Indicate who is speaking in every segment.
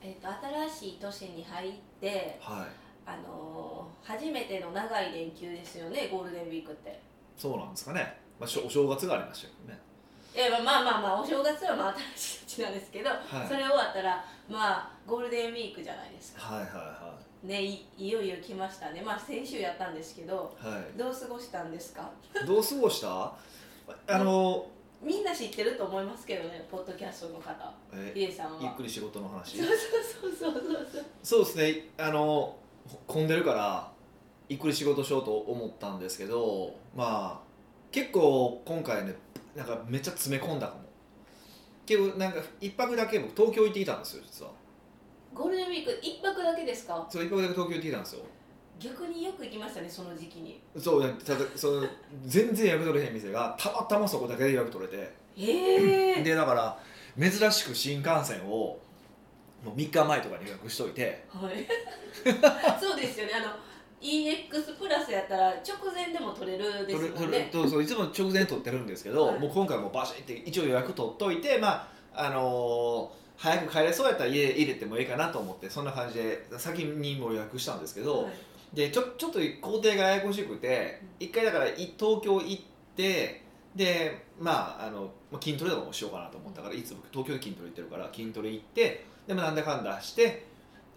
Speaker 1: と、新しい都市に入って
Speaker 2: はい
Speaker 1: あのー初めての長い連休ですよねゴールデンウィークって
Speaker 2: そうなんですかね、まあ、しょお正月がありましたけどね、
Speaker 1: えまあまあまあ、まあ、お正月はまあ私たちなんですけど、
Speaker 2: はい、
Speaker 1: それ終わったらまあゴールデンウィークじゃないですか
Speaker 2: はいは
Speaker 1: ねいいよいよ来ましたねまあ先週やったんですけど
Speaker 2: いはいは
Speaker 1: どう過ごしたんですか
Speaker 2: いどう過ごしたあの
Speaker 1: みんな知ってると思いますけどねポッドキャストの方
Speaker 2: え
Speaker 1: リエさん
Speaker 2: ゆっ
Speaker 1: は
Speaker 2: くり仕事の話
Speaker 1: そうそうそうそうそうそう
Speaker 2: そうですねあのほ混んでるからゆっくり仕事しようと思ったんですけどまあ結構今回ねなんかめっちゃ詰め込んだかも結構なんか一泊だけ僕東京行ってきたんですよ実は
Speaker 1: ゴールデンウィーク一泊だけですか
Speaker 2: そう一泊だけ東京行ってきたんですよ
Speaker 1: 逆によく行きましたねその時期に
Speaker 2: そうねただその全然予約取れへん店がたまたまそこだけで予約取れて
Speaker 1: ええ
Speaker 2: でだから珍しく新幹線をもう3日前とかに予約しといて
Speaker 1: はいそうですよねあの EX プラスやったら直前でも取れるですもん
Speaker 2: れ
Speaker 1: ね
Speaker 2: そうそういつも直前に取ってるんですけど、
Speaker 1: はい
Speaker 2: もう今回もバシッて一応予約取っといてまああのー早く帰れそうやったら家入れてもいいかなと思ってそんな感じで先にもう予約したんですけど、
Speaker 1: はい
Speaker 2: でちょちょっと工程がややこしくて一回だからい東京行ってでまああのまあ筋トレとかもしようかなと思ったからいつも東京で筋トレ行ってるから筋トレ行ってでもなんだかんだして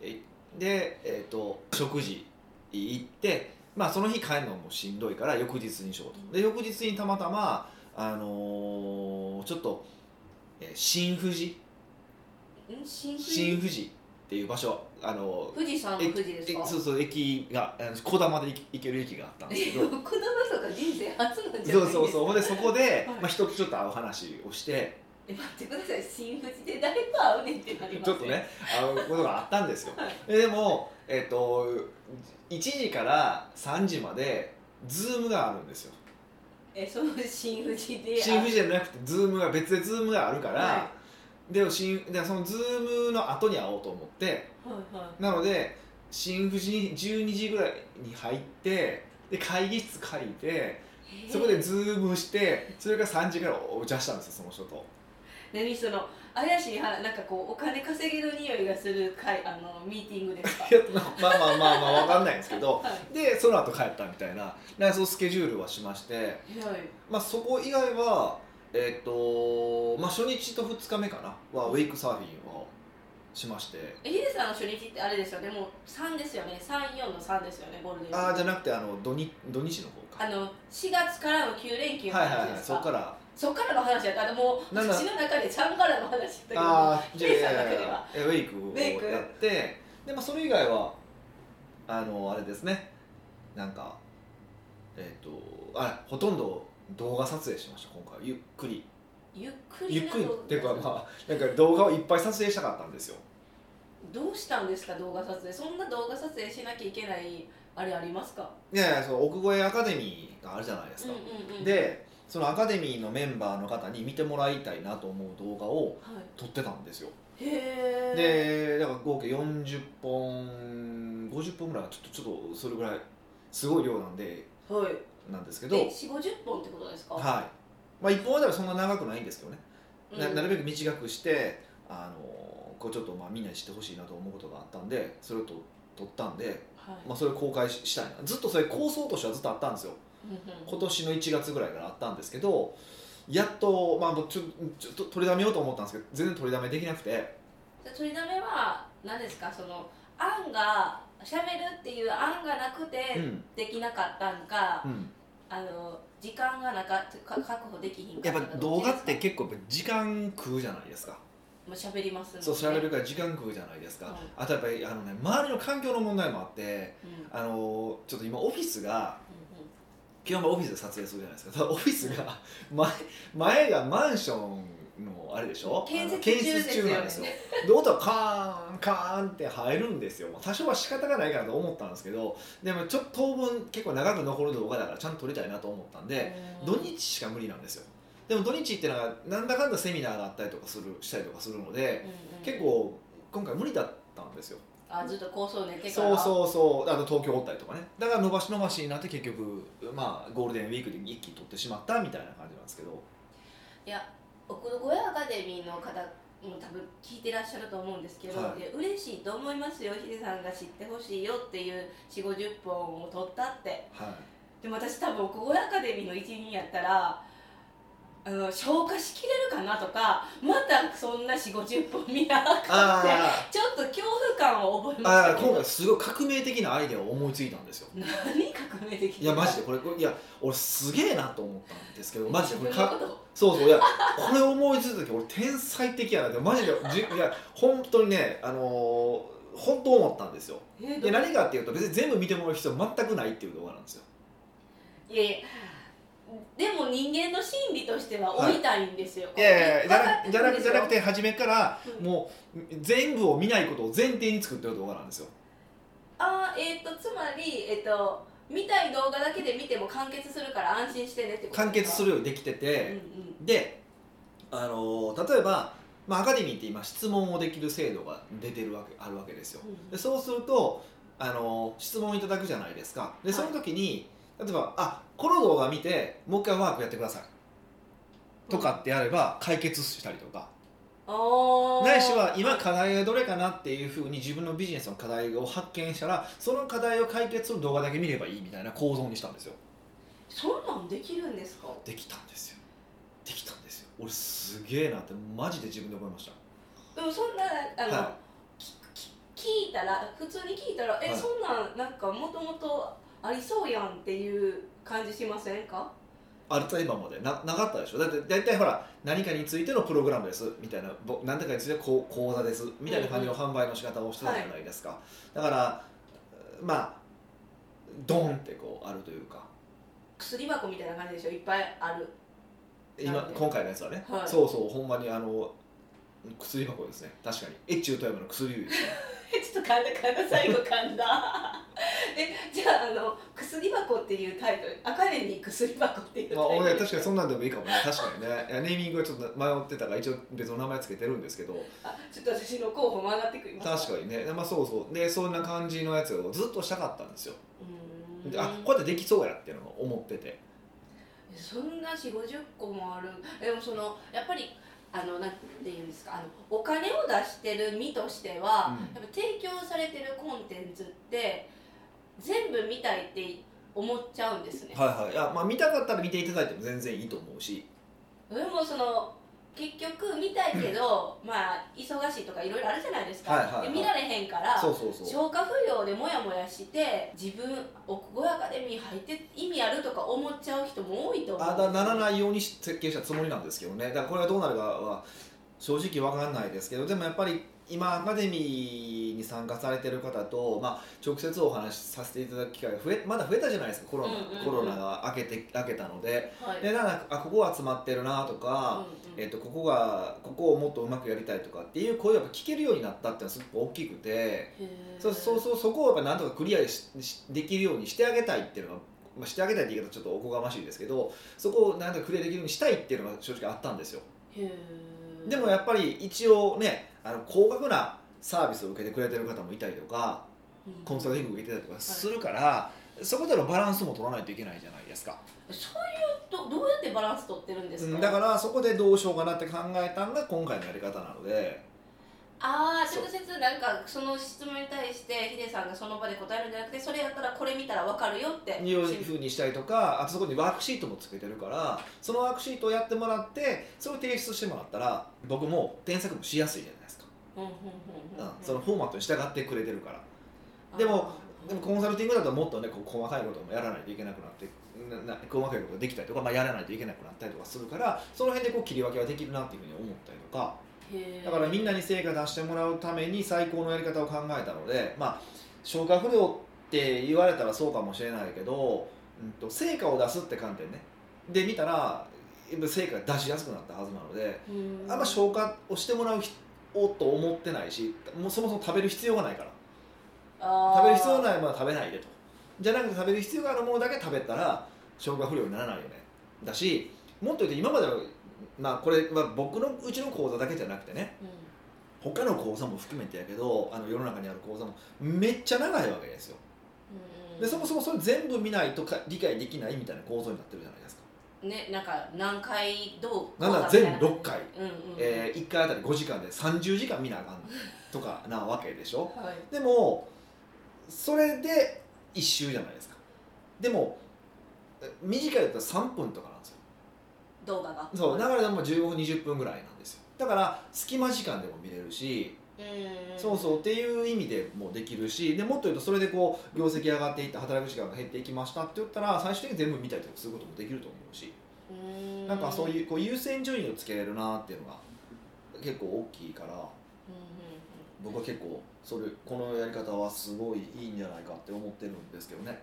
Speaker 2: えで、えっと食事行って、まあ、その日帰るのもしんどいから翌日にしようとで翌日にたまたま、あのーちょっと、えー新富士
Speaker 1: ん新富
Speaker 2: 新
Speaker 1: 士
Speaker 2: 富士っていう場所、あのー
Speaker 1: 富士山の富士です
Speaker 2: え
Speaker 1: か
Speaker 2: そうそう駅があの小玉で行行ける駅があったんですけ
Speaker 1: え
Speaker 2: ど
Speaker 1: 子供とか人生初 なんじゃないですか
Speaker 2: そうそうそうほんでそこで、
Speaker 1: はい
Speaker 2: まあ、人とちょっと会う話をして
Speaker 1: え待ってください新富士で誰と会うねんってなります
Speaker 2: ちょっとね会うことがあったんですよ
Speaker 1: はい
Speaker 2: ででも、えっと1時から3時までズームがあるんですよ
Speaker 1: えその新富士で
Speaker 2: 新富士じゃなくてズームが別でズームがあるから、
Speaker 1: は
Speaker 2: でも新でそのズームの後に会おうと思って
Speaker 1: はいはい
Speaker 2: なので新富士に12時ぐらいに入ってで会議室借りて
Speaker 1: えー
Speaker 2: そこでズームしてそれから3時からお茶したんですよその人と
Speaker 1: 何その怪しい話なんかこうお金稼げる匂いがする会あのミーティングですか
Speaker 2: いやまあまあまあまあわかんないんですけど
Speaker 1: は
Speaker 2: でその後帰ったみたいななんかそうスケジュールはしまして、
Speaker 1: いはい
Speaker 2: まあ、そこ以外はえっ、とまあ初日と2日目かなはウェイクサーフィンをしまして
Speaker 1: えヒデさんの初日ってあれですよねもう3ですよね34の3ですよねゴールデンウィーク
Speaker 2: ああじゃなくてあの土日土日の方か
Speaker 1: あの4月からの9連休の
Speaker 2: はいはい
Speaker 1: 話
Speaker 2: は
Speaker 1: で
Speaker 2: い
Speaker 1: すか、
Speaker 2: そこから
Speaker 1: そっからの話やったあのもう
Speaker 2: なんだ
Speaker 1: 私の中でちゃんからの話やったけど
Speaker 2: あーじゃあ
Speaker 1: ヒデさんだけではい
Speaker 2: やいやいやウ
Speaker 1: ウェ
Speaker 2: ェイ
Speaker 1: イ
Speaker 2: ク
Speaker 1: ク
Speaker 2: をやってで、まあ、それ以外はあのあれですねなんかえっ、とあほとんど動画撮影しました今回ゆっくり
Speaker 1: ゆっくり
Speaker 2: ゆ
Speaker 1: な
Speaker 2: っくりっていうか
Speaker 1: あ
Speaker 2: まあなんか動画をいっぱい撮影したかったんですよ
Speaker 1: どうしたんですか動画撮影そんな動画撮影しなきゃいけないあれありますか
Speaker 2: いやいやその奥越えアカデミーがあるじゃないですか、
Speaker 1: うんうんうん、
Speaker 2: でそのアカデミーのメンバーの方に見てもらいたいなと思う動画を
Speaker 1: は
Speaker 2: 撮ってたんですよ
Speaker 1: い、へえ
Speaker 2: でだから合計40本50本ぐらいはちょっとちょっとそれぐらいすごい量なんで
Speaker 1: はい
Speaker 2: なんですけど
Speaker 1: で4 5 0本ってことですか、
Speaker 2: はいまあ1本あたりそんな長くないんですけどね、
Speaker 1: うん
Speaker 2: ななるべく短くしてあのこうちょっとまあみんなに知ってほしいなと思うことがあったんでそれをと撮ったんで、
Speaker 1: はい
Speaker 2: まあ、それを公開ししたいなずっとそれ構想としてはずっとあったんですよ
Speaker 1: うんうん
Speaker 2: 今年の1月ぐらいからあったんですけどやっと、まあ、もうちょちょっと取りだめようと思ったんですけど全然取りだめできなくて
Speaker 1: で取りだめは何ですかその案がしゃべるっていう案がなく
Speaker 2: う
Speaker 1: て
Speaker 2: ん、
Speaker 1: できなかったんか、
Speaker 2: うん、
Speaker 1: あの時間がなかか確保できひんか
Speaker 2: や
Speaker 1: っ
Speaker 2: ったぱ動画って
Speaker 1: も
Speaker 2: 結構時間食うじゃないですか
Speaker 1: うしゃべりますもんね
Speaker 2: そう喋るから時間食うじゃないですか、
Speaker 1: はい
Speaker 2: あとやっぱりあの、ね、周りの環境の問題もあって
Speaker 1: うんうんうん
Speaker 2: あのちょっと今オフィスが基本はオフィスで撮影するじゃないですか ただオフィスが前前がマンションのあれでしょ
Speaker 1: 建設
Speaker 2: あの
Speaker 1: 中ですよね
Speaker 2: なんですよで音がカーンカーンって入るんですよまあ多少は仕方がないかなと思ったんですけどでもちょっと当分結構長く残る動画だからちゃんと撮りたいなと思ったんで、
Speaker 1: うん
Speaker 2: 土日しか無理なんですよでも土日ってのはなんだかんだセミナーがあったりとかするしたりとかするので
Speaker 1: うんうん
Speaker 2: 結構今回無理だったんですよ
Speaker 1: あずっと構想ね結
Speaker 2: そうそうそうあと東京おったりとかねだから伸ばし伸ばしになって結局まあゴールデンウィークで一気に取ってしまったみたいな感じなんですけど
Speaker 1: いや奥越アカデミーの方もう多分聞いてらっしゃると思うんですけど、
Speaker 2: はい
Speaker 1: で嬉しいと思いますよヒデさんが知ってほしいよっていう4 5 0本を取ったって
Speaker 2: は
Speaker 1: でも私多分ここアカデミーの一員やったらあの消化しきれるかなとかまたそんな4 5 0本見なあ
Speaker 2: い、
Speaker 1: かんって
Speaker 2: あ
Speaker 1: ちょっと恐怖感を覚え
Speaker 2: ー
Speaker 1: まし
Speaker 2: あ
Speaker 1: た
Speaker 2: ー
Speaker 1: けど
Speaker 2: 今回すごい革命的なアイデアを思いついたんですよ
Speaker 1: 何革命的
Speaker 2: いやマジ
Speaker 1: で
Speaker 2: でこれこれいや俺すげえなと思ったんですけどマジでこれ
Speaker 1: 自分の
Speaker 2: か
Speaker 1: こと
Speaker 2: そうそういやこれ思いついた時俺天才的やなってマジでじいや本当にねあのー本当思ったんですよ
Speaker 1: えーど
Speaker 2: で
Speaker 1: う
Speaker 2: 何かっていうと別に全部見てもらう必要全くないっていう動画なんですよ
Speaker 1: いやいやでも人間の心理としては追いたいんですよ、
Speaker 2: いやいやいやじゃなじゃなく
Speaker 1: 分
Speaker 2: じゃな
Speaker 1: か
Speaker 2: く
Speaker 1: ってるんですよ
Speaker 2: て初めから
Speaker 1: うん
Speaker 2: もう全部を見ないことを前提に作ってる動画なんですよ
Speaker 1: ああえっ、とつまりえっ、と見たい動画だけで見ても完結するから安心してねってこと
Speaker 2: 完結す
Speaker 1: る
Speaker 2: るようにできて
Speaker 1: うんうん
Speaker 2: て、であのー例えば、まあ、アカデミーって今質問をできる制度が出てるわけあるわけですよ
Speaker 1: うん
Speaker 2: でそうするとあの質問いただくじゃないですかで
Speaker 1: はい
Speaker 2: その時に、例えば「あこの動画見てもう一回ワークやってください」とかってやれば解決したりとか、
Speaker 1: ああ
Speaker 2: ないしは今課題がどれかなっていうふうに自分のビジネスの課題を発見したらその課題を解決する動画だけ見ればいいみたいな構造にしたんですよ
Speaker 1: そんなんできるんですか
Speaker 2: できたんですよできたんですよ俺すげえなってマジで自分で思いました
Speaker 1: でもそんなあの、
Speaker 2: は
Speaker 1: きき聞いたら普通に聞いたらえ、
Speaker 2: はい
Speaker 1: そんなんなんかもともとありそうやんっていう感じしませんか
Speaker 2: アルツハイマーまでななかったでしょだって大体ほら何かについてのプログラムですみたいなぼ何だかについてのこう講座ですみたいな感じの販売の仕方をしてたじゃないですか、だからまあドンってこうあるというか
Speaker 1: 薬箱みたいな感じでしょいっぱいある な
Speaker 2: 今
Speaker 1: るほど
Speaker 2: 今回のやつはね、
Speaker 1: はい
Speaker 2: そうそうほんまにあの薬箱ですね確かに越中富山の薬指です ね
Speaker 1: ちょっと噛んだ噛んだ最後噛んだ えじゃああの「薬箱」っていうタイトルアカデミー薬箱っていうタイ
Speaker 2: まあ
Speaker 1: トル、
Speaker 2: 俺確かにそんなんでもいいかもね確かにねいやネーミングはちょっと迷ってたから一応別の名前つけてるんですけど
Speaker 1: あちょっと私の候補も上がってくる
Speaker 2: 確
Speaker 1: に
Speaker 2: かにねまあそうそうでそんな感じのやつをずっとしたかったんですよ
Speaker 1: うーん
Speaker 2: あこうやってできそうやっていうのを思ってて
Speaker 1: そんな4 5 0個もあるでもそのやっぱりあのなんていうんですかあのお金を出してる身としては、
Speaker 2: うん
Speaker 1: やっぱ提供されてるコンテンツって全部見たいって思っちゃうんですね、
Speaker 2: はいはいいや、まあ、見たかったら見ていただいても全然いいと思うし
Speaker 1: でもその結局見たいけ ど、まあ忙しいとかいろいろあるじゃないですか、
Speaker 2: はいはいはい
Speaker 1: で見られへんから
Speaker 2: そうそうそう
Speaker 1: 消化不良でモヤモヤして自分奥越アカデミー入って意味あるとか思っちゃう人も多いと思う
Speaker 2: あだなら
Speaker 1: い
Speaker 2: ないように設計したつもりなんですけどねだからこれがどうなるかは正直わかんないですけどでもやっぱり今アカデミーに参加されてる方と、まあ、直接お話しさせていただく機会が増えまだ増えたじゃないですかコロナ,、
Speaker 1: うんうんうん
Speaker 2: コロナが明けて明けたので
Speaker 1: はい
Speaker 2: でだからあここが集まってるなと
Speaker 1: うん
Speaker 2: か、
Speaker 1: うん
Speaker 2: えっと、ここがここをもっとうまくやりたいとかっていう声が聞けるようになったっていうのはすごく大きくて。
Speaker 1: へー
Speaker 2: そうそうそうそこをやっぱなんとかクリアししできるようにしてあげたいっていうのが、まあ、してあげたいって言い方ちょっとおこがましいですけどそこをなんとかクリアできるようにしたいっていうのが正直あったんですよ
Speaker 1: へー
Speaker 2: でもやっぱり一応ねあの高額なサービスを受けてくれてる方もいたりとか
Speaker 1: うん
Speaker 2: コンサルティングを受けてたりとかするから、そこでのバランスも取らないといけないじゃないですか
Speaker 1: そういうどどうやってバランス取ってるんですか、
Speaker 2: うんだからそこでどうしようかなって考えたのが今回のやり方なので
Speaker 1: ああ
Speaker 2: そう
Speaker 1: 直接なんかその質問に対してヒデさんがその場で答えるんじゃなくてそれやったらこれ見たらわかるよって
Speaker 2: いうふうにしたりとかあとそこにワークシートもつけてるからそのワークシートをやってもらってそれを提出してもらったら僕も添削もしやすいじゃないですか、
Speaker 1: うんうん
Speaker 2: う
Speaker 1: うんんうん
Speaker 2: そのフォーマットに従ってくれてるからでもでもコンサルティングだともっとねこう細かいこともやらないといけなくなってなな細かいことができたりとか、まあ、やらないといけなくなったりとかするからその辺でこう切り分けはできるなっていうふうに思ったりとかだからみんなに成果出してもらうために最高のやり方を考えたので、まあ、消化不良って言われたらそうかもしれないけど、うん、と成果を出すって観点ねで見たらやっぱ成果が出しやすくなったはずなのであんま消化をしてもらう人をと思ってないしもうそもそも食べる必要がないから食べる必要が
Speaker 1: い
Speaker 2: ないものは食べないでとじゃなくて食べる必要があるものだけ食べたら消化不良にならないよねだしもっと言うと今までの、まあ、これは僕のうちの講座だけじゃなくてね他の講座も含めてやけどあの世の中にある講座もめっちゃ長いわけですよでそもそもそれ全部見ないとか理解できないみたいな構造になってるじゃないですか
Speaker 1: ねなんか何回どう
Speaker 2: なんなら全6回、
Speaker 1: うんうん
Speaker 2: えー、1回あたり5時間で30時間見なあかんとかなわけでしょ
Speaker 1: はい、
Speaker 2: でもそれで1周じゃないですかでもえ短いだったら3分とかなんですよ
Speaker 1: 動画が
Speaker 2: そうだからでも15分20分ぐらいなんですよだから隙間時間でも見れるし、
Speaker 1: うん
Speaker 2: そうそうっていう意味でもできるしでもっと言うとそれでこう業績上がっていって働く時間が減っていきましたって言ったら最終的に全部見たりとかすることもできると思うし
Speaker 1: うん
Speaker 2: なんかそういうこう優先順位をつけれるなっていうのが結構大きいから
Speaker 1: うんうんうん
Speaker 2: 僕は結構それこのやり方はすごいいいんじゃないかって思ってるんですけどね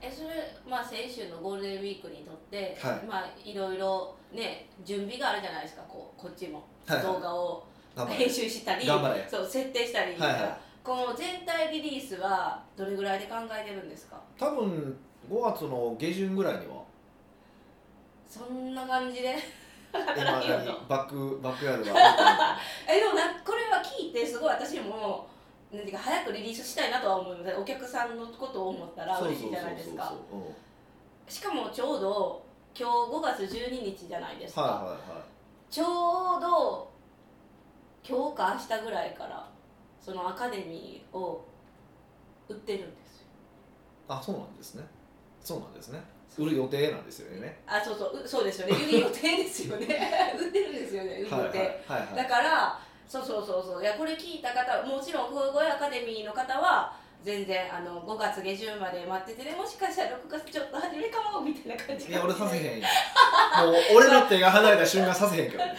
Speaker 1: えそれ、まあ、先週のゴールデンウィークにとって、
Speaker 2: はい
Speaker 1: まあ、いろいろね準備があるじゃないですかこうこっちも
Speaker 2: はいはい
Speaker 1: 動画を
Speaker 2: 頑張れ
Speaker 1: 編集したり、
Speaker 2: 頑張れ
Speaker 1: そう設定したり、
Speaker 2: はいはい
Speaker 1: この全体リリースはどれぐらいで考えてるんですか
Speaker 2: 多分5月の下旬ぐらいに は
Speaker 1: そんな感じで
Speaker 2: 今
Speaker 1: らんよと
Speaker 2: バックバックヤードが
Speaker 1: えでもなこれは聞いてすごい私もなんていうか早くリリースしたいなとは思うのでお客さんのことを思ったら嬉しいじゃないですか
Speaker 2: そうそうそうそう
Speaker 1: しかもちょうど今日5月12日じゃないです
Speaker 2: うん
Speaker 1: か、
Speaker 2: はいはいはい
Speaker 1: ちょうど今日か明日ぐらいからそのアカデミーを売ってるんですよ
Speaker 2: あそうなんですねそうなんですね売る予定なんですよね
Speaker 1: あそうそううそうですよね売る予定です よね売ってるんですよね売る予定、
Speaker 2: はいはいはいは
Speaker 1: だ
Speaker 2: い
Speaker 1: からそうそうそうそういやこれ聞いた方もちろんふわごやアカデミーの方は全然あの5月下旬まで待っててねもしかしたら6月ちょっと初めかもみたいな感じ
Speaker 2: い
Speaker 1: か
Speaker 2: や
Speaker 1: も
Speaker 2: 俺
Speaker 1: し
Speaker 2: さ
Speaker 1: れな
Speaker 2: せ
Speaker 1: い
Speaker 2: へんよもう俺の手が離れた瞬間させへんけどね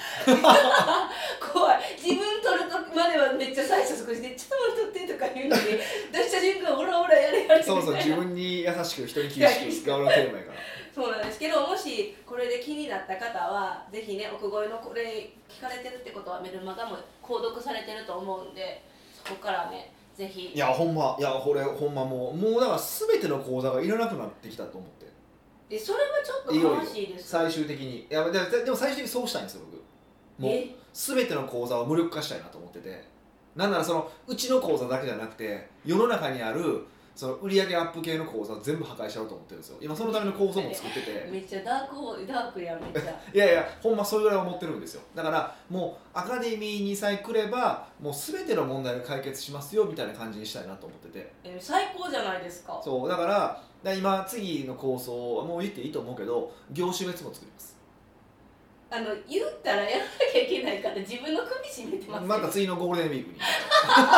Speaker 1: 怖い自分撮るとまではめっちゃ最初少しで「ちょっと待って」とか言うのに出した瞬間「ほらほらやれやれ」みたい
Speaker 2: そう
Speaker 1: な
Speaker 2: そう自分に優しく人に厳しくが俺のテーマやから
Speaker 1: そうなんですけどもしこれで気になった方はぜひね奥越えのこれ聞かれてるってことはメルマガも購読されてると思うんでそこからねぜひ
Speaker 2: いやほんまいやこれほんまもうもうだから全ての講座がいらなくなってきたと思って
Speaker 1: でそれはちょっ
Speaker 2: い
Speaker 1: と
Speaker 2: よいよ
Speaker 1: 悲しいです
Speaker 2: 最終的にいやででも最終的にそうしたいんですよ僕もう
Speaker 1: え
Speaker 2: 全ての講座を無力化したいなと思っててなんならそのうちの講座だけじゃなくて世の中にあるその売上アップ系の講座全部破壊しちゃおうと思ってるんですよ今そのための構想も作ってて
Speaker 1: めっちゃダークホーダークやんめっちゃ
Speaker 2: いやいやほんまそれぐらい思ってるんですよだからもうアカデミーにさえ来ればもう全ての問題が解決しますよみたいな感じにしたいなと思ってて
Speaker 1: え最高じゃないですか
Speaker 2: そうだからだから今次の構想はもう言っていいと思うけど業種別も作ります
Speaker 1: あの言ったらやらなきゃいけないから自分の首絞めてますよ
Speaker 2: また次のゴールデンウィークに
Speaker 1: 1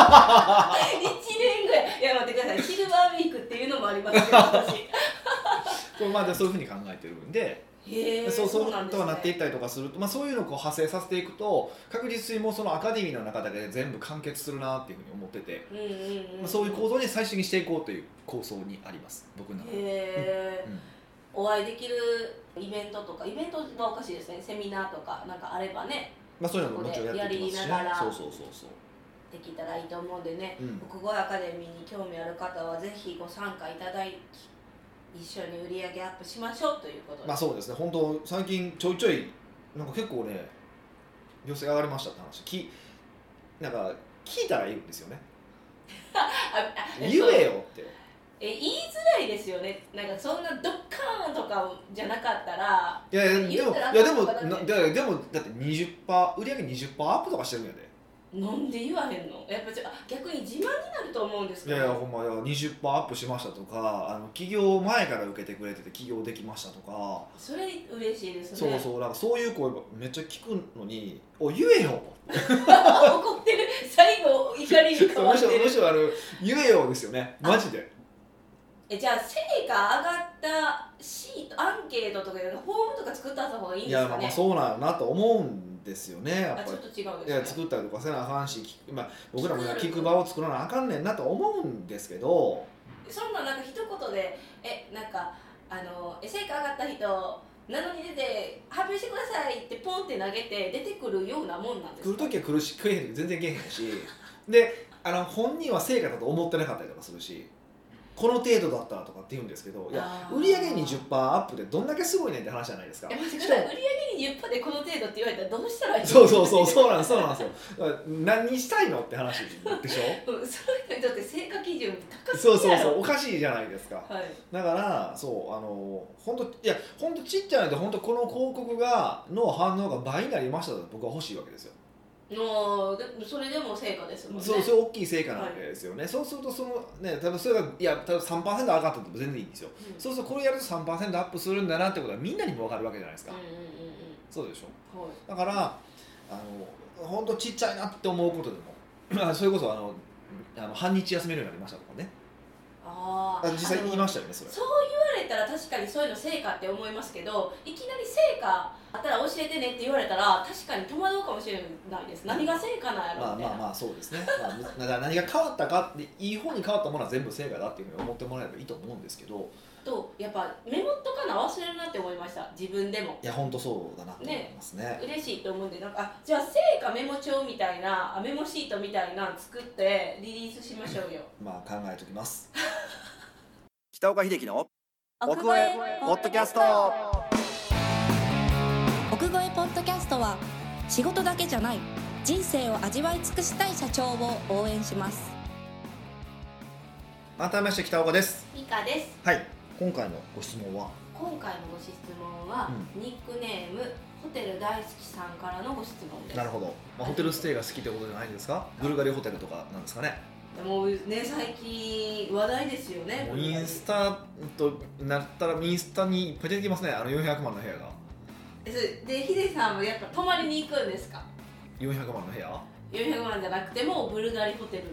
Speaker 1: 年ぐらいいや待ってくださいシルバーウィークっていうのもありますよ私
Speaker 2: そうまあ、でそういうふうに考えてるんで、
Speaker 1: へえ
Speaker 2: そうそう
Speaker 1: なんで
Speaker 2: と
Speaker 1: す、ね、
Speaker 2: はなっていったりとかすると、まあ、そういうのをこう派生させていくと確実にもうそのアカデミーの中だけで全部完結するなっていうふうに思ってて、
Speaker 1: うんうん、う
Speaker 2: まあ、
Speaker 1: ん、
Speaker 2: そういう構造に最終的にしていこうという構想にあります僕の中で、
Speaker 1: へ
Speaker 2: うん
Speaker 1: ーお会いできるイベントとかイベントはおかしいですねセミナーとかなんかあればね
Speaker 2: まあ、そういうのももちろんやっていきますし、
Speaker 1: や
Speaker 2: ね
Speaker 1: りなが、ら
Speaker 2: そうそうそうそう
Speaker 1: できたらいいと思うんでね、
Speaker 2: うん
Speaker 1: 国語アカデミーに興味ある方はぜひご参加いただき一緒に売り上げアップしましょうということで、
Speaker 2: まあそうですね本当最近ちょいちょいなんか結構ね寄せ上がりましたって話きなんか聞いたら言うんですよね
Speaker 1: ああ
Speaker 2: 言
Speaker 1: そう
Speaker 2: えよって
Speaker 1: え言いづらいですよねなんかそんなドッカーンとかじゃなかったら
Speaker 2: いやいやで
Speaker 1: 言う
Speaker 2: も
Speaker 1: たら
Speaker 2: いやでも
Speaker 1: あかんのかな
Speaker 2: な
Speaker 1: って
Speaker 2: だからでもだって20パー売り上げ20パーアップとかしてるんやで
Speaker 1: なんで言わへんのやっぱちょあ逆に自慢になると思うんです
Speaker 2: い
Speaker 1: けど
Speaker 2: やいやほんまいや20パーアップしましたとかあの起業前から受けてくれてて起業できましたとか、
Speaker 1: それ嬉しいです
Speaker 2: そ
Speaker 1: ね
Speaker 2: うそうなんかそういう声めっちゃ聞くのにお言えよ
Speaker 1: 怒ってる最後怒 りに変わ
Speaker 2: む
Speaker 1: っ
Speaker 2: してろむ
Speaker 1: る
Speaker 2: しろあの言えよですよねマジで
Speaker 1: えじゃあ成果上がったシートアンケートとかでフォームとか作った方がいいん
Speaker 2: い
Speaker 1: です
Speaker 2: や
Speaker 1: か
Speaker 2: まあ
Speaker 1: ね
Speaker 2: まあそうなんやなと思うんですよねやっ
Speaker 1: あ
Speaker 2: ぱ
Speaker 1: ちょ
Speaker 2: り
Speaker 1: っと違うん
Speaker 2: いや
Speaker 1: ですね
Speaker 2: 作ったりとかせなあかんし、聞くまあ、僕らもね聞く場を作らなあかんねんなと思うんですけど
Speaker 1: そんななんか一言でえなんかあのえ成果上がった人なのに出て発表してくださいってポンって投げて出てくるようなもんなんです
Speaker 2: 来る
Speaker 1: か
Speaker 2: 時は来るし来えへん時全然来えへんしであの本人は成果だと思ってなかったりとかするしこの程度だったらとかって言うんですけどいや
Speaker 1: あー
Speaker 2: 売り上げ20%アップでどんだけすごいねんって話じゃないですか
Speaker 1: え待ってく
Speaker 2: し
Speaker 1: だ
Speaker 2: か
Speaker 1: さい
Speaker 2: も
Speaker 1: 売り上げに10%でこの程度って言われたらどうしたらいいの
Speaker 2: そうそうそうそうなんそうなんですよだから何したいのって話でしょ
Speaker 1: うん、そういうの人って成果基準高すぎ
Speaker 2: そ
Speaker 1: や
Speaker 2: う
Speaker 1: ろ
Speaker 2: そうそうおかしいじゃないですか
Speaker 1: はい
Speaker 2: だからそうあの本当いや本当ちっちゃいので本当この広告がの反応が倍になりましたと僕は欲しいわけですよ、
Speaker 1: もうでそれでも成果ですもんね
Speaker 2: そうそれ大きい成果なわけですよね、そうするとそのね多分それがいや多分3%上がったとも全然いいんですよ
Speaker 1: うん
Speaker 2: そうするとこれやると3%アップするんだなってことはみんなにも分かるわけじゃないですか、
Speaker 1: うんうんうんうん
Speaker 2: そうでしょ
Speaker 1: はい
Speaker 2: だからあの本当ちっちゃいなって思うことでも あそれこそあのあの半日休めるようになりましたとかね
Speaker 1: あ
Speaker 2: あ
Speaker 1: あ
Speaker 2: 実際言いましたよねそれ
Speaker 1: そう言われたら確かにそういうの成果って思いますけどいきなり成果あったら教えてねって言われたら確かに戸惑うかもしれないです何が成果なんや
Speaker 2: ま
Speaker 1: ろ
Speaker 2: あ
Speaker 1: みたい
Speaker 2: ま
Speaker 1: な、
Speaker 2: あまあそうですね、まあ、 だから何が変わったかっていい方に変わったものは全部成果だっていうふうに思ってもらえればいいと思うんですけど
Speaker 1: とやっぱメモっとかな忘れるなって思いました自分でも
Speaker 2: いや本当そうだなと思いますね
Speaker 1: 嬉しいと思うんでなんかあじゃあ成果メモ帳みたいなあメモシートみたいなの作ってリリースしましょうよ
Speaker 2: まあ考えときます 北岡秀樹の
Speaker 3: 奥越えポッドキャスト奥越えポッドキャストは仕事だけじゃない人生を味わい尽くしたい社長を応援します
Speaker 2: 改めまして北岡です
Speaker 1: ミカです
Speaker 2: はい今回のご質問は
Speaker 1: 今回のご質問は、ニックネームホテル大好きさんからのご質問です
Speaker 2: なるほど、まあ、ホテルステイが好きってことじゃないんですかブルガリホテルとかなんですかね
Speaker 1: もうね最近話題ですよね
Speaker 2: もうインスタとなったらインスタにいっぱい出てきますねあの400万の部屋が
Speaker 1: えそれでヒデさんもやっぱ泊まりに行くんですか
Speaker 2: 400万の部屋
Speaker 1: 400万じゃなくてもブルガリホテルに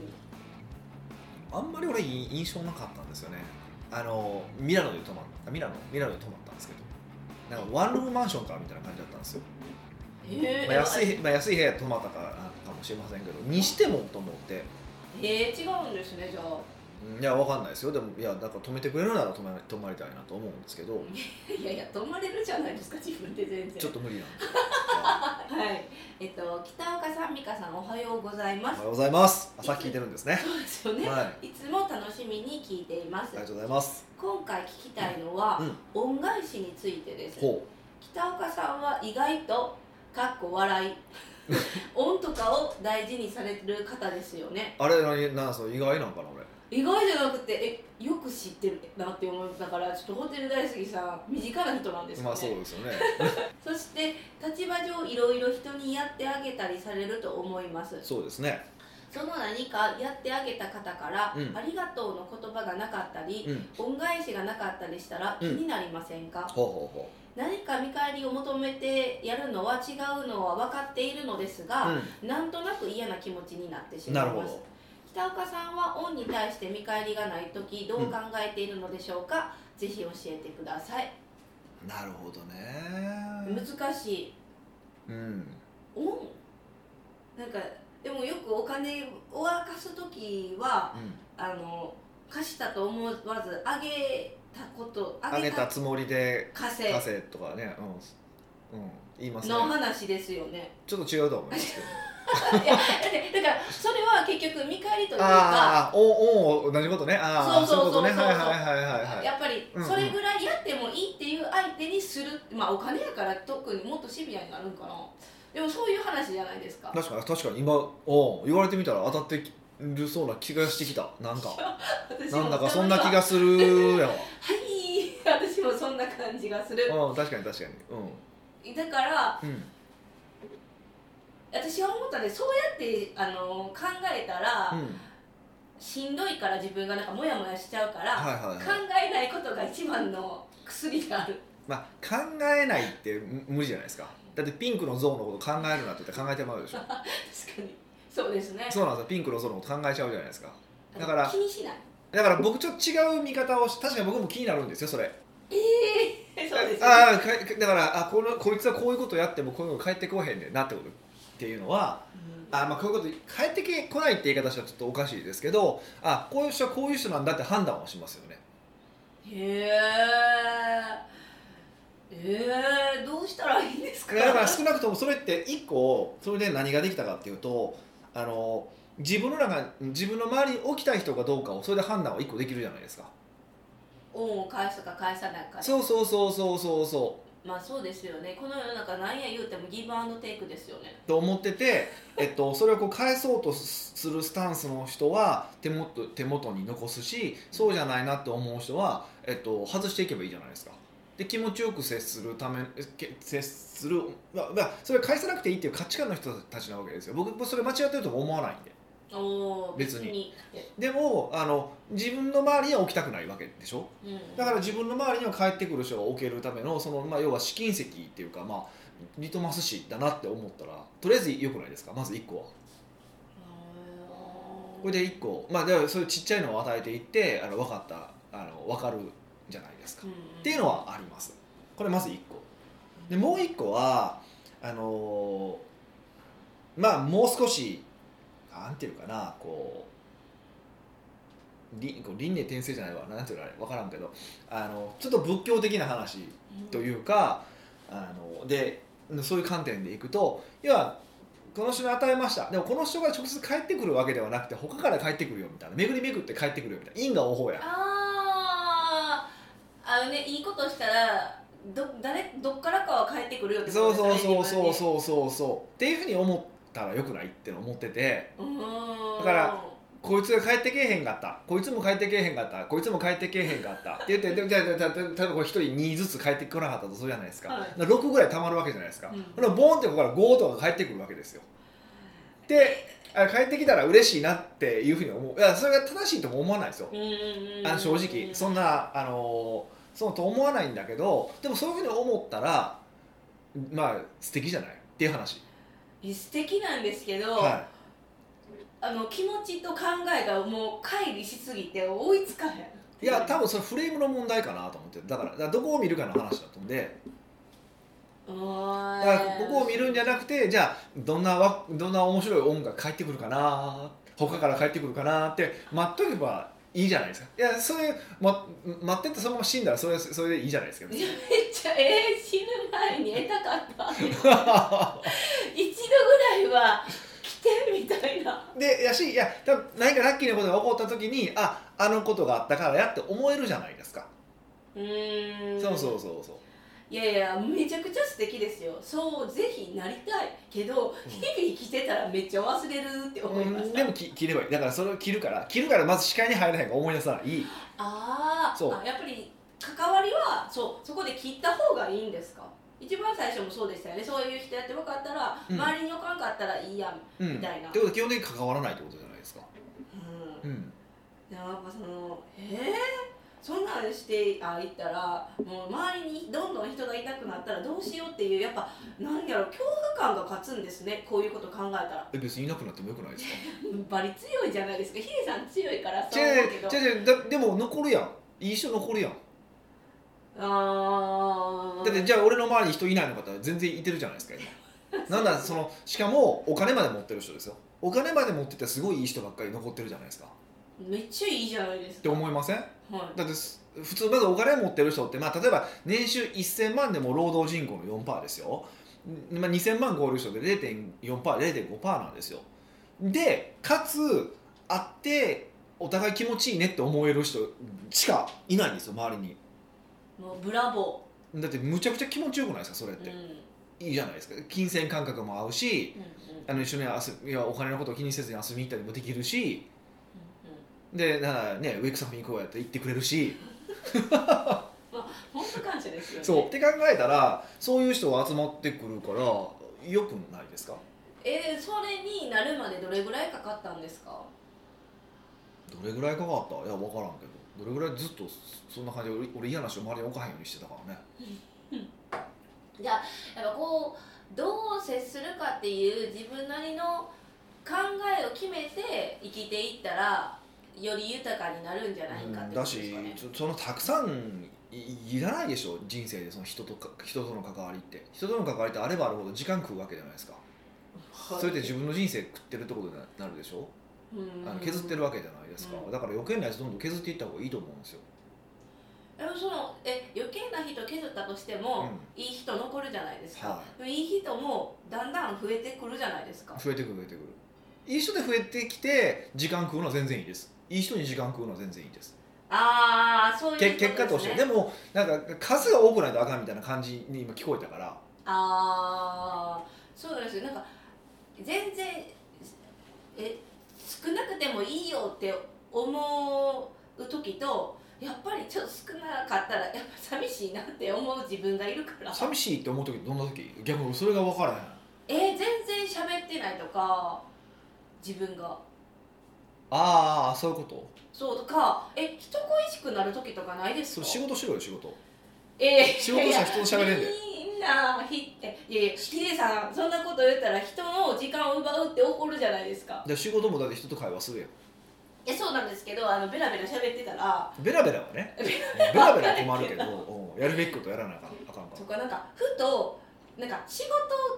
Speaker 2: あんまり俺いい印象なかったんですよねあのミラノで泊まったミラノミラノで泊まったんですけどなんかワンルームマンションかみたいな感じだったんですよ、
Speaker 1: え
Speaker 2: まあ、安いまあ安い部屋で泊まったからかもしれませんけどにしてもと思って
Speaker 1: えー、違うんですねじゃあ
Speaker 2: うんいやわかんないですよでもいやだから泊めてくれるなら泊ま泊まりたいなと思うんですけど
Speaker 1: いやいや泊まれるじゃないですか自分で全然
Speaker 2: ちょっと 無理なんで
Speaker 1: はいえっと北岡さん美香さんおはようございま
Speaker 2: おは
Speaker 1: す
Speaker 2: ようございます朝聞いてるんですね
Speaker 1: そうですよね、
Speaker 2: はいあ
Speaker 1: い、つも楽しみに聞いています
Speaker 2: りがとうございます
Speaker 1: 今回聞きたいのは、
Speaker 2: うん
Speaker 1: 恩返しについてです
Speaker 2: ほ
Speaker 1: 北岡さんは意外とかっこ笑 い恩とかを大事にされる方ですよね
Speaker 2: うあれ何なんその意外なんかな俺
Speaker 1: 意外じゃなくてえよく知ってるなって思ったからちょっとホテル大好きさん身近な人なんですかね、
Speaker 2: まあそうですよね
Speaker 1: そして立場上いろいろ人にやってあげたりされると思います
Speaker 2: そうですね
Speaker 1: その何かやってあげた方から、
Speaker 2: うん
Speaker 1: ありがとうの言葉がなかったり、
Speaker 2: うん
Speaker 1: 恩返しがなかったりしたら気
Speaker 2: うん
Speaker 1: になりませんか、
Speaker 2: ほうほうほ
Speaker 1: 何か見返りを求めてやるのは違うのは分かっているのです
Speaker 2: う、
Speaker 1: が、
Speaker 2: う
Speaker 1: なんとなく嫌な気持ちになってし
Speaker 2: ん、
Speaker 1: ま
Speaker 2: ないるほ
Speaker 1: ます
Speaker 2: ど
Speaker 1: 北岡さんは恩に対して見返りがない時どう考えているのでしょうか、ぜひ教えてください
Speaker 2: なるほどね
Speaker 1: 難しい
Speaker 2: うん
Speaker 1: 恩なんかでもよくお金を沸かす時はあの貸したと思わずあげたこと
Speaker 2: あ、
Speaker 1: あ
Speaker 2: げ
Speaker 1: げ
Speaker 2: た
Speaker 1: た
Speaker 2: つもりで
Speaker 1: 稼
Speaker 2: 貸せとかね、うんうん、言いますね
Speaker 1: の話ですよね
Speaker 2: ちょっと違うと思いますけ ど
Speaker 1: いやだってだからそれは結局見返りというか
Speaker 2: ああおお同じことねああ
Speaker 1: そうそうそう
Speaker 2: いことね
Speaker 1: そう
Speaker 2: はい
Speaker 1: そう
Speaker 2: はいはいはいはい
Speaker 1: やっぱり
Speaker 2: うんうん
Speaker 1: それぐらいやってもいいっていう相手にする、まあお金やから特にもっとシビアになるんかなでもそういう話じゃないですか
Speaker 2: 確かに確かに今お言われてみたら当たってるそうな気がしてきたな んか
Speaker 1: 私も
Speaker 2: なんだかそんな気がする や
Speaker 1: はい私もそんな感じがする
Speaker 2: わ、うん、確かに確かに
Speaker 1: だから
Speaker 2: うんうん
Speaker 1: 私は思ったねそうやってあの考えたら、
Speaker 2: うん
Speaker 1: しんどいから自分がなんかモヤモヤしちゃうから、
Speaker 2: はいはいはい
Speaker 1: 考えないことが一番の薬である
Speaker 2: まあ考えないってむ無理じゃないですかだってピンクの像のこと考えるなって言って考えてまうでしょ
Speaker 1: 確かにそうですね
Speaker 2: そうなんですよピンクの像のこと考えちゃうじゃないですかだから
Speaker 1: 気にしない
Speaker 2: だから僕ちょっと違う見方をし確かに僕も気になるんですよそれ
Speaker 1: ええそうですね
Speaker 2: ああかだからあこのこいつはこういうことやってもこういうの返ってこへんねんなってことっていうのは
Speaker 1: うん
Speaker 2: あまあこういうこと返ってけこないって言い方したらちょっとおかしいですけどあこういう人はこういう人なんだって判断をしますよね
Speaker 1: へええー、どうしたらいいんですか
Speaker 2: だから少なくともそれって一個それで何ができたかっていうとあの自分の中自分の周りに起きた人かどうかをそれで判断を一個できるじゃないですか
Speaker 1: 恩を返すか返さないか
Speaker 2: そうそうそうそうそうそう
Speaker 1: まあそうですよねこの世の中なんや言うてもギブアンドテイクですよね
Speaker 2: と思ってて、えっと、それをこう返そうとするスタンスの人は手元手元に残すしそうじゃないなって思う人は、えっと、外していけばいいじゃないですか。で気持ちよく接するためえけ接する、まあまあ、それは返さなくていいっていう価値観の人たちなわけですよ僕それ間違ってるとも思わないんで
Speaker 1: おー
Speaker 2: 別に
Speaker 1: 別
Speaker 2: でもあの自分の周りには置きたくないわけでしょ
Speaker 1: にうん、
Speaker 2: だから自分の周りには帰ってくる人が置けるためのその、まあ、要は試金石っていうか、まあ、リトマス紙だなって思ったらとりあえず良くないですかまず1個はこれで1個、まあ、ではそういうちっちゃいのを与えていってあの分かったあの分かるじゃないですか、っていうのはありますこれまず1個でもう1個はあのーまあもう少しなんていうかなこうりこう輪廻転生じゃないわなんていうのあれ分からんけどあのちょっと仏教的な話と
Speaker 1: うん
Speaker 2: いうかあのでそういう観点でいくと要はこの人に与えましたでもこの人が直接帰ってくるわけではなくて他から帰ってくるよみたいな巡り巡って帰ってくるよみたいな因果応報や
Speaker 1: あーあのねいいことしたらど誰どっからかは帰ってくるよってこ
Speaker 2: そう
Speaker 1: と
Speaker 2: そう
Speaker 1: です
Speaker 2: そ
Speaker 1: よね
Speaker 2: うそうそうそうそうっていうふうに思ったらよくないっての思ってて
Speaker 1: 自分にうーん
Speaker 2: だからこいつが帰ってけえへんかったこいつも帰ってけえへんかったこいつも帰ってけえへんかったって言ってでもじゃあじゃあ例えばこれ一人2ずつ帰ってこなかったとするじゃないですか、
Speaker 1: はい
Speaker 2: 六6ぐらいたまるわけじゃないですか、
Speaker 1: うん
Speaker 2: ほらボーンってここから5とか帰ってくるわけですよであ帰ってきたら嬉しいなっていうふうに思ういやそれが正しいとも思わないですよ
Speaker 1: うんうんうん
Speaker 2: あの正直そんなあのそうと思わないんだけどでもそういうふうに思ったらまあ素敵じゃないっていう話
Speaker 1: 素敵なんですけど、
Speaker 2: は
Speaker 1: あの気持ちと考えがもう乖離しすぎて追いつかへん
Speaker 2: い、いや多分それフレームの問題かなと思ってだからだからどこを見るかの話だと思うんでだからここを見るんじゃなくてじゃあどんなわどんな面白い音楽返ってくるかな他から返ってくるかなって待っとけばいいじゃないですかいやそれ、ま、待ってってそのまま死んだらそれそれでいいじゃないですか
Speaker 1: めっちゃえー、死ぬ前に得たかった一度ぐらいは来てみたいな
Speaker 2: でやしいや多分何かラッキーなことが起こった時にああのことがあったからやって思えるじゃないですか、
Speaker 1: うーん
Speaker 2: そうそうそうそう
Speaker 1: いやいやめちゃくちゃ素敵ですよそうぜひなりたいけど、
Speaker 2: うん
Speaker 1: 日々生きてたらめっちゃ忘れるって思いま
Speaker 2: う
Speaker 1: し
Speaker 2: ん
Speaker 1: た、
Speaker 2: でもき切ればいいだからそれを切るから切るからまず視界に入らないから思い出さない
Speaker 1: あー
Speaker 2: そう
Speaker 1: あやっぱり関わりはそうそこで切った方がいいんですか一番最初もそうでしたよねそういう人やって分かったら、
Speaker 2: うん
Speaker 1: 周りに置かんかったらいいやん、
Speaker 2: うん
Speaker 1: みたいな
Speaker 2: ってことは基本的に関わらないってことじゃないですか
Speaker 1: うん
Speaker 2: うん
Speaker 1: やっぱそのえー、そんなんしてあ行ったらもう周りにどんどん人がいなくなったらどうしようっていうやっぱなんやろ恐怖感が勝つんですねこういうこと考えたら
Speaker 2: え別にいなくなってもよくないですか
Speaker 1: バリ強いじゃないですかヒデさん強いからそう
Speaker 2: 違
Speaker 1: 思うけど
Speaker 2: う違う違うだでも残るやんいい人残るやん
Speaker 1: あー
Speaker 2: だってじゃあ俺の周りに人いないの方は全然いてるじゃないですか 今なんだそのしかもお金まで持ってる人ですよお金まで持っててすごいいい人ばっかり残ってるじゃないですかっ
Speaker 1: めっちゃいいじゃないです
Speaker 2: て
Speaker 1: か
Speaker 2: 思いません
Speaker 1: はい
Speaker 2: だってす普通まずお金持ってる人って、まあ、例えば年収1000万でも労働人口の4%ですよ、んまあ、2000万超える人で 0.4%0.5% なんですよでかつ会ってお互い気持ちいいねって思える人しかいないんですよ周りに
Speaker 1: もうブラボ
Speaker 2: だってむちゃくちゃ気持ちよくないですかそれっ
Speaker 1: ー、うん
Speaker 2: て、
Speaker 1: うん
Speaker 2: いいじゃないですか金銭感覚も合うし
Speaker 1: うん
Speaker 2: あの一緒に遊びいやお金のことを気にせずに遊びに行ったりもできるし
Speaker 1: うんうん
Speaker 2: でならねウェイクサフに行こうやって行ってくれるし
Speaker 1: 本当感謝ですよね
Speaker 2: そうって考えたらそういう人が集まってくるからよくないですか
Speaker 1: えー、それになるまでどれぐらいかかったんですか
Speaker 2: どれぐらいかかったいや分からんけどどれぐらいずっとそんな感じで俺俺嫌な人周りに置かへんようにしてたからね
Speaker 1: じゃあやっぱこうどう接するかっていう自分なりの考えを決めて生きていったらより豊かになるんじゃないかっ
Speaker 2: うん
Speaker 1: てこと
Speaker 2: だ
Speaker 1: です
Speaker 2: し
Speaker 1: かね、
Speaker 2: そそのたくさんいいらないでしょ人生でその人とか人との関わりって人との関わりってあればあるほど時間食うわけじゃないですか
Speaker 1: はい
Speaker 2: それで自分の人生食ってるってことになるでしょ
Speaker 1: うん
Speaker 2: あの削ってるわけじゃないですか
Speaker 1: うん
Speaker 2: だから余計なやつどんどん削っていった方がいいと思うんですよ
Speaker 1: でもそのえ余計な人削ったとしても、いい人残るじゃないですか、
Speaker 2: は
Speaker 1: でもいい人もだんだん増えてくるじゃないですか
Speaker 2: 増えてくる増えてくるいい人で増えてきて時間食うのは全然いいですいい人に時間食うのは全然いいです
Speaker 1: ああそういうこと
Speaker 2: け結果としてはで
Speaker 1: も
Speaker 2: もなんか数が多くないとあかんみたいな感じに今聞こえたから
Speaker 1: ああそうなんですよなんか全然え少なくてもいいよって思う時とやっぱりちょっと少なかったらやっぱ寂しいなって思う自分がいるから
Speaker 2: 寂しいって思う時どんな時逆に俺それが分からへん
Speaker 1: えー全然喋ってないとか自分が
Speaker 2: ああそういうこと
Speaker 1: そうとかえ人恋しくなる時とかないです
Speaker 2: そ
Speaker 1: か
Speaker 2: れ仕事しろよ仕事
Speaker 1: えー
Speaker 2: 仕事したら人と喋れんで
Speaker 1: みんなひえいやいやヒデさんそんなこと言ったら人の時間を奪うって怒るじゃないですか
Speaker 2: で仕事もだって人と会話するやん
Speaker 1: いやそうなんですけどあのベラベラ喋ってたら
Speaker 2: ベラベラ はねベラベラは困るけどうんやるべきことやらなあかんあかんから
Speaker 1: とかなんかふとなんか仕事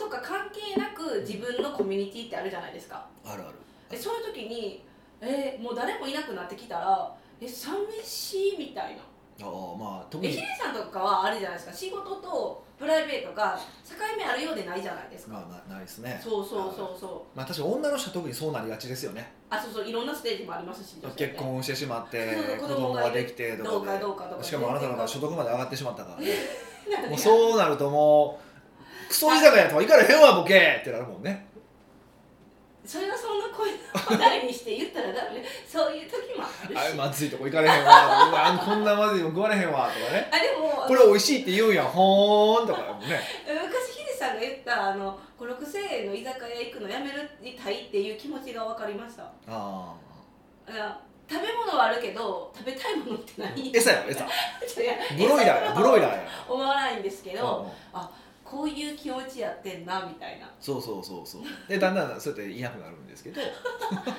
Speaker 1: とか関係なく自分のコミュニティってあるじゃないですか
Speaker 2: あるある
Speaker 1: でそういう時にえーもう誰もいなくなってきたらえ寂しいみたいな
Speaker 2: ああまあ特
Speaker 1: えヒ
Speaker 2: に
Speaker 1: デさんとかはあれじゃないですか仕事とプライベートが境目あるようでないじゃないですか、
Speaker 2: まあなないですね
Speaker 1: そうそうそうそう
Speaker 2: まあ確かに女の人は特にそうなりがちですよね
Speaker 1: あそうそういろんなステージもありますし女性って
Speaker 2: 結婚してしま って
Speaker 1: そう
Speaker 2: 子
Speaker 1: 子
Speaker 2: 供
Speaker 1: 供が
Speaker 2: ができてと
Speaker 1: どう
Speaker 2: か
Speaker 1: か
Speaker 2: で
Speaker 1: どうかとか
Speaker 2: しかもあなたのが所得まで上がってしまったからね
Speaker 1: なんか
Speaker 2: もうそうなるともうクソ居酒屋とは行かれへんわボケってなるもんね
Speaker 1: それはそんな声を大にして言ったらダメそういう時もあるし
Speaker 2: あまずいとこ行かれへんわうわこんなまずいもん食われへんわとかね
Speaker 1: あでも
Speaker 2: これ美味しいって言うんやんほーんとかもね
Speaker 1: 昔ヒデさんが言ったあの56000円の居酒屋行くのやめるにたいっていう気持ちが分かりましたあ
Speaker 2: あ
Speaker 1: 食べ物はあるけど食べたいものって
Speaker 2: あ
Speaker 1: 何
Speaker 2: 餌やろ 餌
Speaker 1: いや
Speaker 2: ブロイラーやブロイラーや
Speaker 1: 思わないんですけ
Speaker 2: うん
Speaker 1: ど、
Speaker 2: うん
Speaker 1: こういう気持ちやってんなみたいな、
Speaker 2: そうそうそうそうでだんだんそうやっていなくなるんですけど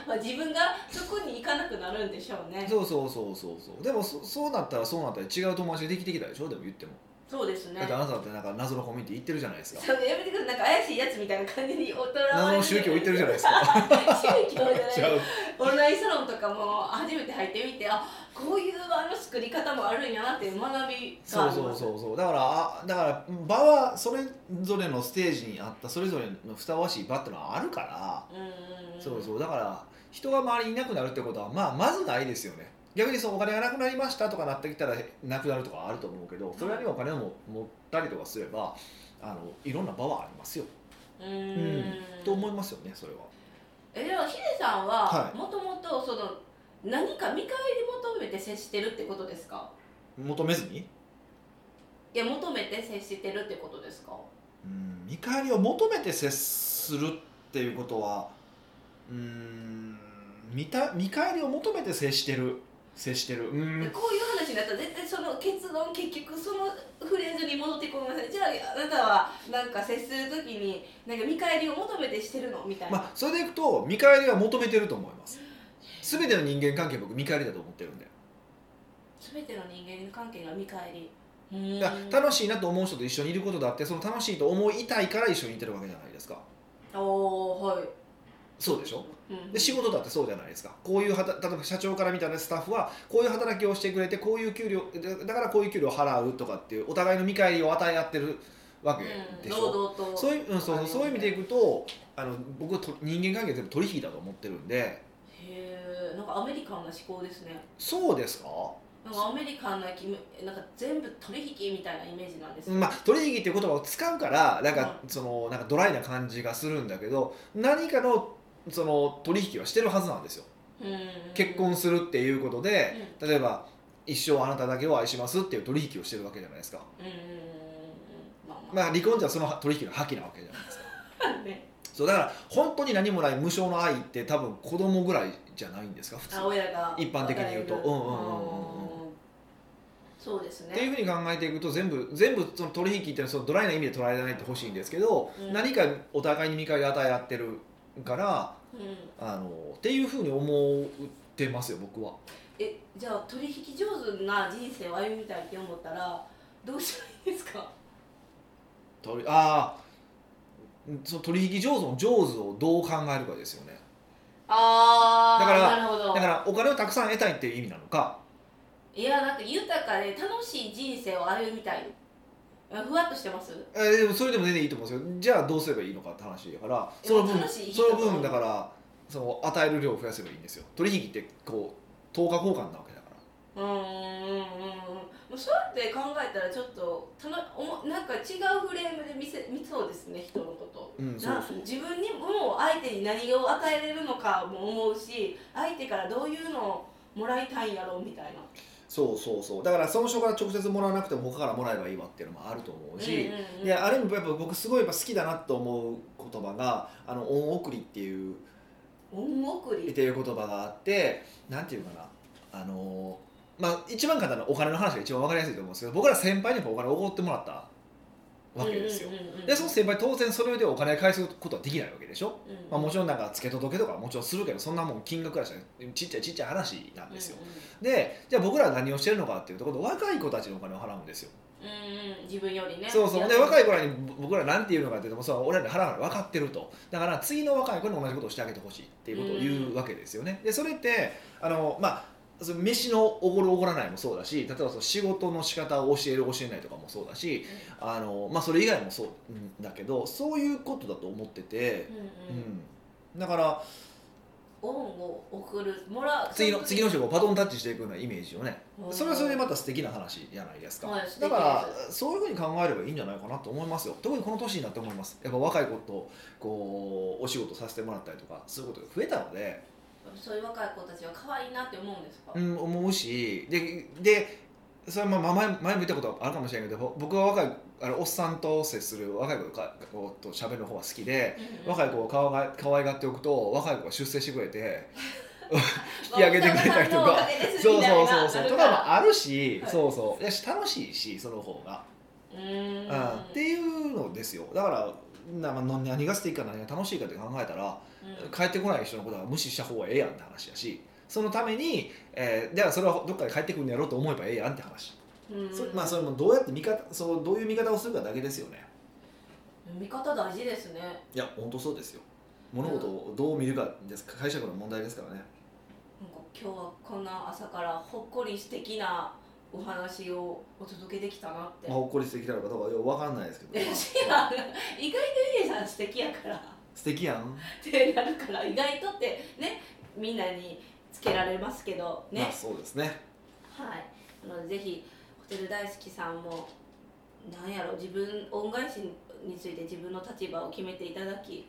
Speaker 1: まあ、自分がそこに行かなくなるんでしょうね
Speaker 2: そうそうそうそうそうでもそそうなったらそうなったら違う友達ができてきたでしょでも言っても
Speaker 1: そうですね
Speaker 2: だってあなただってなんか謎のコミュニティ行ってるじゃないですか
Speaker 1: そうやめてくださいなんか怪しいやつみたいな感じに大人は
Speaker 2: 謎の宗教行っ てるじゃないです
Speaker 1: 宗
Speaker 2: か
Speaker 1: 教じゃない
Speaker 2: 違う
Speaker 1: オンラインサロンとかも初めて入ってみてあこういうあの作り方もあるんやなっていう学びがあります
Speaker 2: そうそうそうそうだからあだから場はそれぞれのステージにあったそれぞれのふさわしい場ってのはあるから、
Speaker 1: うんうんうん
Speaker 2: そうそうだから人が周りにいなくなるってことはまあまずないですよね逆にそのお金がなくなりましたとかなってきたらなくなるとかあると思うけどそれなりにお金をも持ったりとかすればあのいろんな場はありますよ、
Speaker 1: うん
Speaker 2: うんと思いますよねそれは
Speaker 1: えでもヒデさん
Speaker 2: は
Speaker 1: はいもともとその何か見返り求めて接してるってことですか
Speaker 2: 求めずに
Speaker 1: いや求めて接してるってことですか
Speaker 2: うん見返りを求めて接するっていうことはうん見た見返りを求めて接してる接してるう
Speaker 1: で
Speaker 2: ん
Speaker 1: こういう話になったら絶対その結論結局そのフレーズに戻ってこないじゃああなたはなんか接する時になんか見返りを求めてしてるのみたいな、
Speaker 2: まあそれでいくと見返りは求めてると思います全ての人間関係僕見返りだと思ってるんで、
Speaker 1: 全ての人間関係が見返りうーん
Speaker 2: いや楽しいなと思う人と一緒にいることだってその楽しいと思いたいから一緒にいてるわけじゃないですか
Speaker 1: おーはい、
Speaker 2: そうでしょ
Speaker 1: うん、
Speaker 2: で仕事だってそうじゃないですかこういうはた例えば社長から見たらスタッフはこういう働きをしてくれてこういう給料だだからこういう給料を払うとかっていうお互いの見返りを与え合ってるわ
Speaker 1: うん
Speaker 2: けでしょ、
Speaker 1: 労働と
Speaker 2: そういううんそうそうそういう意味でいくとあの僕はと人間関係全部取引だと思ってるんで
Speaker 1: へえんかアメリカンな思考ですね
Speaker 2: そうですか
Speaker 1: なんかアメリカンな気分なんか全部取引みたいなイメージなんです、
Speaker 2: まあ、取引っていう言葉を使うからなんか、
Speaker 1: う
Speaker 2: そのなんかドライな感じがするんだけど何かのその取引はしてるはずなんですよ
Speaker 1: うん
Speaker 2: 結婚するっていうことで、
Speaker 1: うん
Speaker 2: 例えば一生あなただけを愛しますっていう取引をしてるわけじゃないですか
Speaker 1: うんうんうんうんまあま
Speaker 2: まあ離婚じゃその取引の破棄なわけじゃないですか
Speaker 1: あ、ね、
Speaker 2: そうだから本当に何もない無償の愛って多分子供ぐらいじゃないんですか普通
Speaker 1: あ親が
Speaker 2: 一般的に言うと
Speaker 1: 与える
Speaker 2: うんうんうんうん
Speaker 1: うんそうですね
Speaker 2: っていうふうに考えていくと全部全部その取引っていうのはそのドライな意味で捉えないでほしいんですけど、
Speaker 1: うん
Speaker 2: 何かお互いに見返りを与え合ってるから
Speaker 1: うん、
Speaker 2: あのっていうふうに思ってますよ僕は
Speaker 1: えじゃあ取引上手な人生を歩みたいって思ったらどうしたらいいんですか
Speaker 2: 取りああその取引上手の上手をどう考えるかですよね
Speaker 1: あ
Speaker 2: ーだか
Speaker 1: な
Speaker 2: ら
Speaker 1: るほど
Speaker 2: だからお金をたくさん得たいっていう意味なのか
Speaker 1: いやなんか豊かで楽しい人生を歩みたいあふわっとしてます
Speaker 2: えーでもそれでも全然いいと思うんですよじゃあどうすればいいのかって話だから
Speaker 1: え
Speaker 2: その分
Speaker 1: 楽しい
Speaker 2: その分だからその与える量を増やせばいいんですよ取引ってこう等価交換なわけだから
Speaker 1: うんうんうんうんそうやって考えたらちょっとたのおもなんか違うフレームで見せ見そうですね人のこと。
Speaker 2: うんそう
Speaker 1: な
Speaker 2: そう
Speaker 1: 自分にも相手に何を与えれるのかも思うし相手からどういうのをもらいたいんやろうみたいな。
Speaker 2: そうそうそうだからその人から直接もらわなくても他からもらえばいいわっていうのもあると思うし、
Speaker 1: うんうんうん
Speaker 2: であれもやっぱ僕すごいやっぱ好きだなと思う言葉が「あの恩送り」っていう
Speaker 1: 恩送り
Speaker 2: っていう言葉があってなんていうかなあのーまあ一番簡単なお金の話が一番わかりやすいと思うんですけど僕ら先輩にやっぱお金をおごってもらったわけですよ、
Speaker 1: うんうんうんうん
Speaker 2: でその先輩当然それでお金を返すことはできないわけでしょ、
Speaker 1: うん
Speaker 2: まあ、もちろんなんか付け届けとかはもちろんするけどそんなもん金額からしたらちっちゃいちっちゃい話なんですよ、でじゃあ僕らは何をしてるのかっていうところで若い子たちのお金を払うんですよ
Speaker 1: うんうんうん自分よりね
Speaker 2: そうそうで若い
Speaker 1: 子
Speaker 2: 子らに僕らなんて言うのかっていうともうそれは俺らに腹が分かってるとだから次の若い子にも同じことをしてあげてほしいっていうことを言うわけですよねでそれってあのまあその飯のおごるおごらないもそうだし例えばその仕事の仕方を教える教えないとかもそうだしあの、まあ、それ以外もそううんだけどそういうことだと思ってて
Speaker 1: う、んうん
Speaker 2: うん、だから
Speaker 1: 恩を送るもらう
Speaker 2: 次の次の人がパトンタッチしていくようなイメージをね
Speaker 1: うん
Speaker 2: それはそれでまた素敵な話じゃないですか、
Speaker 1: はい素敵
Speaker 2: だから
Speaker 1: で
Speaker 2: そういうふうに考えればいいんじゃないかなと思いますよ特にこの年になって思いますやっぱ若い子とこうお仕事させてもらったりとかそういうことが増えたので、
Speaker 1: そういう若い子たちは可愛いなって思うんですか
Speaker 2: うん、思うしででそれはまあ前前も言ったことあるかもしれないけど僕は若いあのおっさんと接する若い子とかこと喋る方が好きで若い子をかわが可愛がっておくと若い子が出世してくれ て引き上げてくれたりとか。そうそうそうそうとかもあるし、
Speaker 1: はい
Speaker 2: そうそうやし楽しいしその方が、
Speaker 1: うーん
Speaker 2: うんっていうのですよだからなな何が素敵か何が楽しいかって考えたら、
Speaker 1: うん
Speaker 2: 帰ってこない人のことは無視した方がええやんって話やしそのために、えー、ではそれはどっかで帰ってくるんやろうと思えばええやんって話、
Speaker 1: うん
Speaker 2: そまあそれもどうやって見方そうどういう見方をするかだけですよね
Speaker 1: 見方大事ですね
Speaker 2: いや本当そうですよ物事をどう見るかです解釈の問題ですからね
Speaker 1: なんか今日はこんな朝からほっこり素敵なお話をお届けできたなって
Speaker 2: まあほっこり素敵なのかどうかよくわかんないですけど、まあ
Speaker 1: 嬉し いな意外とゆりさん素敵やから
Speaker 2: 素敵やん、
Speaker 1: ってなるから意外とってねみんなにつけられますけどね
Speaker 2: まあ、そうですね
Speaker 1: はいなのでぜひホテル大好きさんもなんやろ自分恩返しについて自分の立場を決めていただき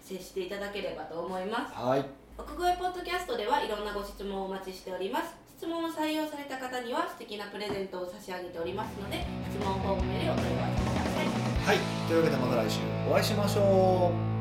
Speaker 1: 接していただければと思います
Speaker 2: はい
Speaker 1: 奥越えポッドキャストではいろんなご質問をお待ちしております質問を採用された方には素敵なプレゼントを差し上げておりますので質問フォームよりお問い合わせください
Speaker 2: はい、というわけでまた来週お会いしましょう。